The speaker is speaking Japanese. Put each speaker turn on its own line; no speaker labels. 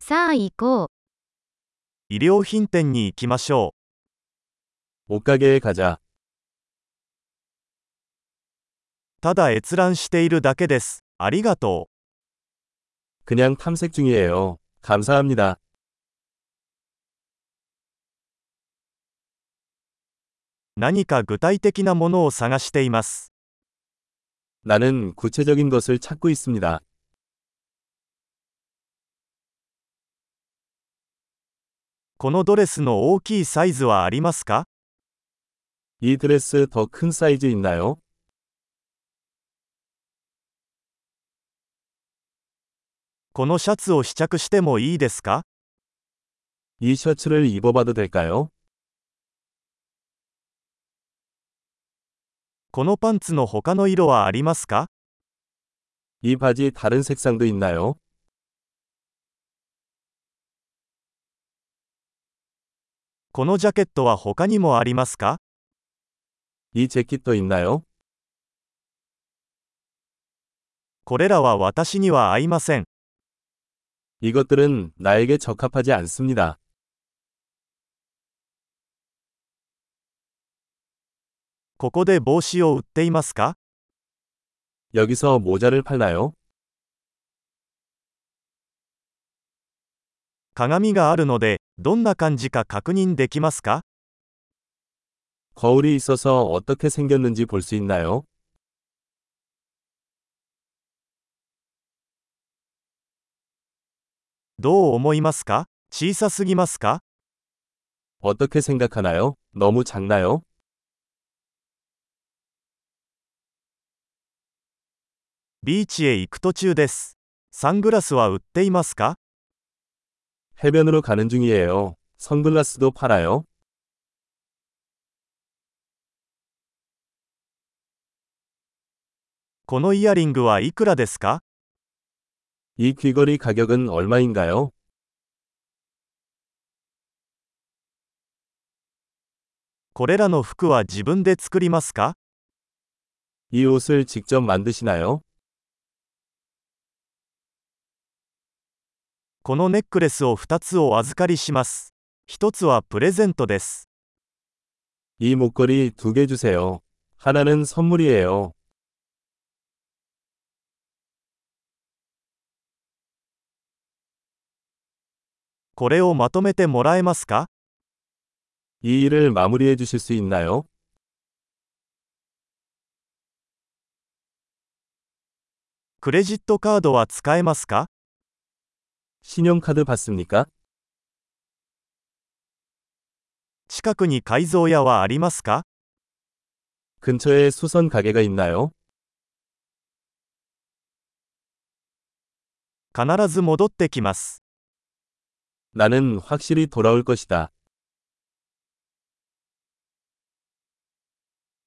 さあ行こう。
衣料品店に行きましょ
옷가게에
う。
가자.
ただ閲覧しているだけです。ありがと
그냥 탐색 중이에요.
う。
감사합니다.
何か具体的なものを探しています。
나는 구체적인 것을 찾고 있습니다.
このドレスの大きいサイズはありますか
이 드레스 더 큰 사이즈 있나요?
このシャツを試着してもいいですか
이 셔츠를 입어봐도 될까요?
このパンツの他の色はありますか
이 바지 다른 색상도 있나요?
このジャケットは他にもありますか
이 재킷도 있나요?
これらは私には合いません。
이것들은 나에게 적합하지 않습니다.
ここで帽子を売っていますか
여기서 모자를 팔나요?
鏡があるので、どんな感じか確認できますか
거울이 있어서 어떻게 생겼는지 볼 수 있나요?
どう思いますか小さすぎますか
어떻게 생각하나요? 너무 작나요?
ビーチへ行く途中です。サングラスは売っていますか
해변으로 가는 중이에요. 선글라스도 팔아요?
このイヤリングはいくらですか
이 귀걸이 가격은 얼마인가요?
これらの服は自分で作りますか
이 옷을 직접 만드시나요?
このネックレスを2つお預かりします。1つはプレゼントです。
이 목걸이 두 개 주세요. 하나는 선물이에요.
これをまとめてもらえますか
이 일을 마무리해 주실 수 있나요?
クレジットカードは使えますか
신용카드 받습니까?
近くに改造屋はありますか
근처에 수선 가게가 있나요?
必ず戻ってきます。
나는 확실히 돌아올 것이다.